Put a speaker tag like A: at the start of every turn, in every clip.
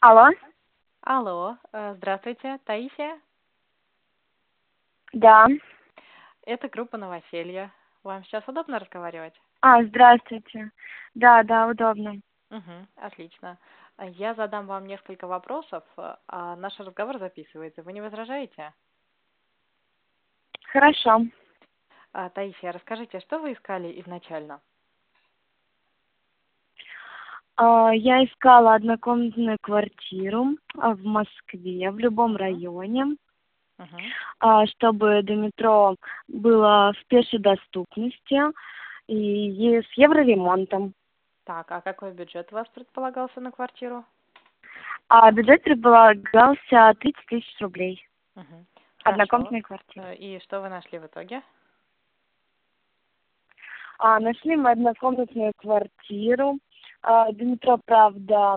A: Алло,
B: Алло, э, здравствуйте, Таисия.
A: да.
B: Это группа «Новоселье». Вам сейчас удобно разговаривать?
A: А, здравствуйте. Да, да, удобно.
B: Угу, отлично. А Я задам вам несколько вопросов, э, а наш разговор записывается. Вы не возражаете?
A: Хорошо.
B: А, Таисия, расскажите, что вы искали изначально?
A: А, Я искала однокомнатную квартиру а, в Москве, в любом районе,
B: Угу,
A: а, чтобы до метро было в пешей доступности и е- с евроремонтом.
B: Так, а какой бюджет у вас предполагался на квартиру?
A: А бюджет предполагался 30 тысяч рублей.
B: Угу. Хорошо.
A: Однокомнатная квартира.
B: Э, И что вы нашли в итоге?
A: А, нашли мы однокомнатную квартиру. А, до метро, правда,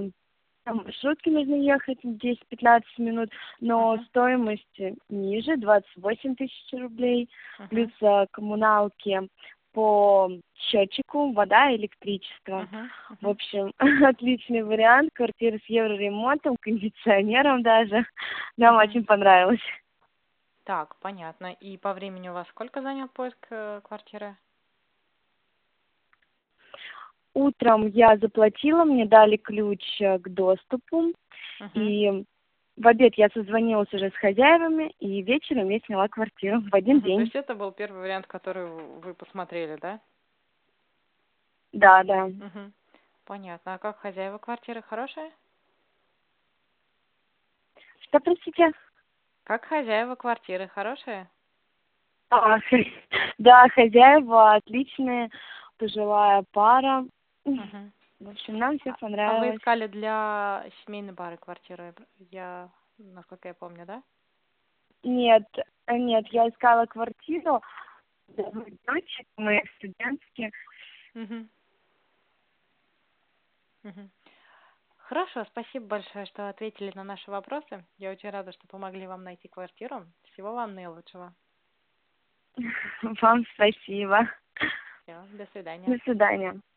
A: на маршрутке нужно ехать 10-15 минут, но
B: Мгм.
A: стоимость ниже, 28 тысяч рублей,
B: Мгм,
A: плюс а, коммуналки по счетчику, вода и электричество.
B: мгм, мгм.
A: В общем, отличный вариант. Квартира с евроремонтом, кондиционером даже. Нам
B: Мгм.
A: очень понравилось.
B: Так, понятно. И по времени у вас сколько занял поиск э, квартиры?
A: Утром я заплатила, мне дали ключ э, к доступу.
B: Мгм.
A: И в обед я созвонилась уже с хозяевами, и вечером я сняла квартиру в один
B: Мгм. То
A: день.
B: есть это был первый вариант, который в- вы посмотрели, да?
A: Да, да.
B: Мгм. Понятно. А как хозяева квартиры хорошие?
A: Что, простите?
B: Как хозяева квартиры хорошие?
A: А, да, хозяева отличные, пожилая пара.
B: Мгм.
A: В общем, нам все
B: А вы
A: понравилось.
B: искали для семейной пары квартиры, я, насколько я помню, да?
A: Нет, э, нет, я искала квартиру. Двое дочек, Мы студентки.
B: Мгм. Мгм. Хорошо, спасибо большое, что ответили на наши вопросы. Я очень рада, что помогли вам найти квартиру. Всего вам наилучшего.
A: Вам спасибо.
B: Все, до свидания.
A: До свидания.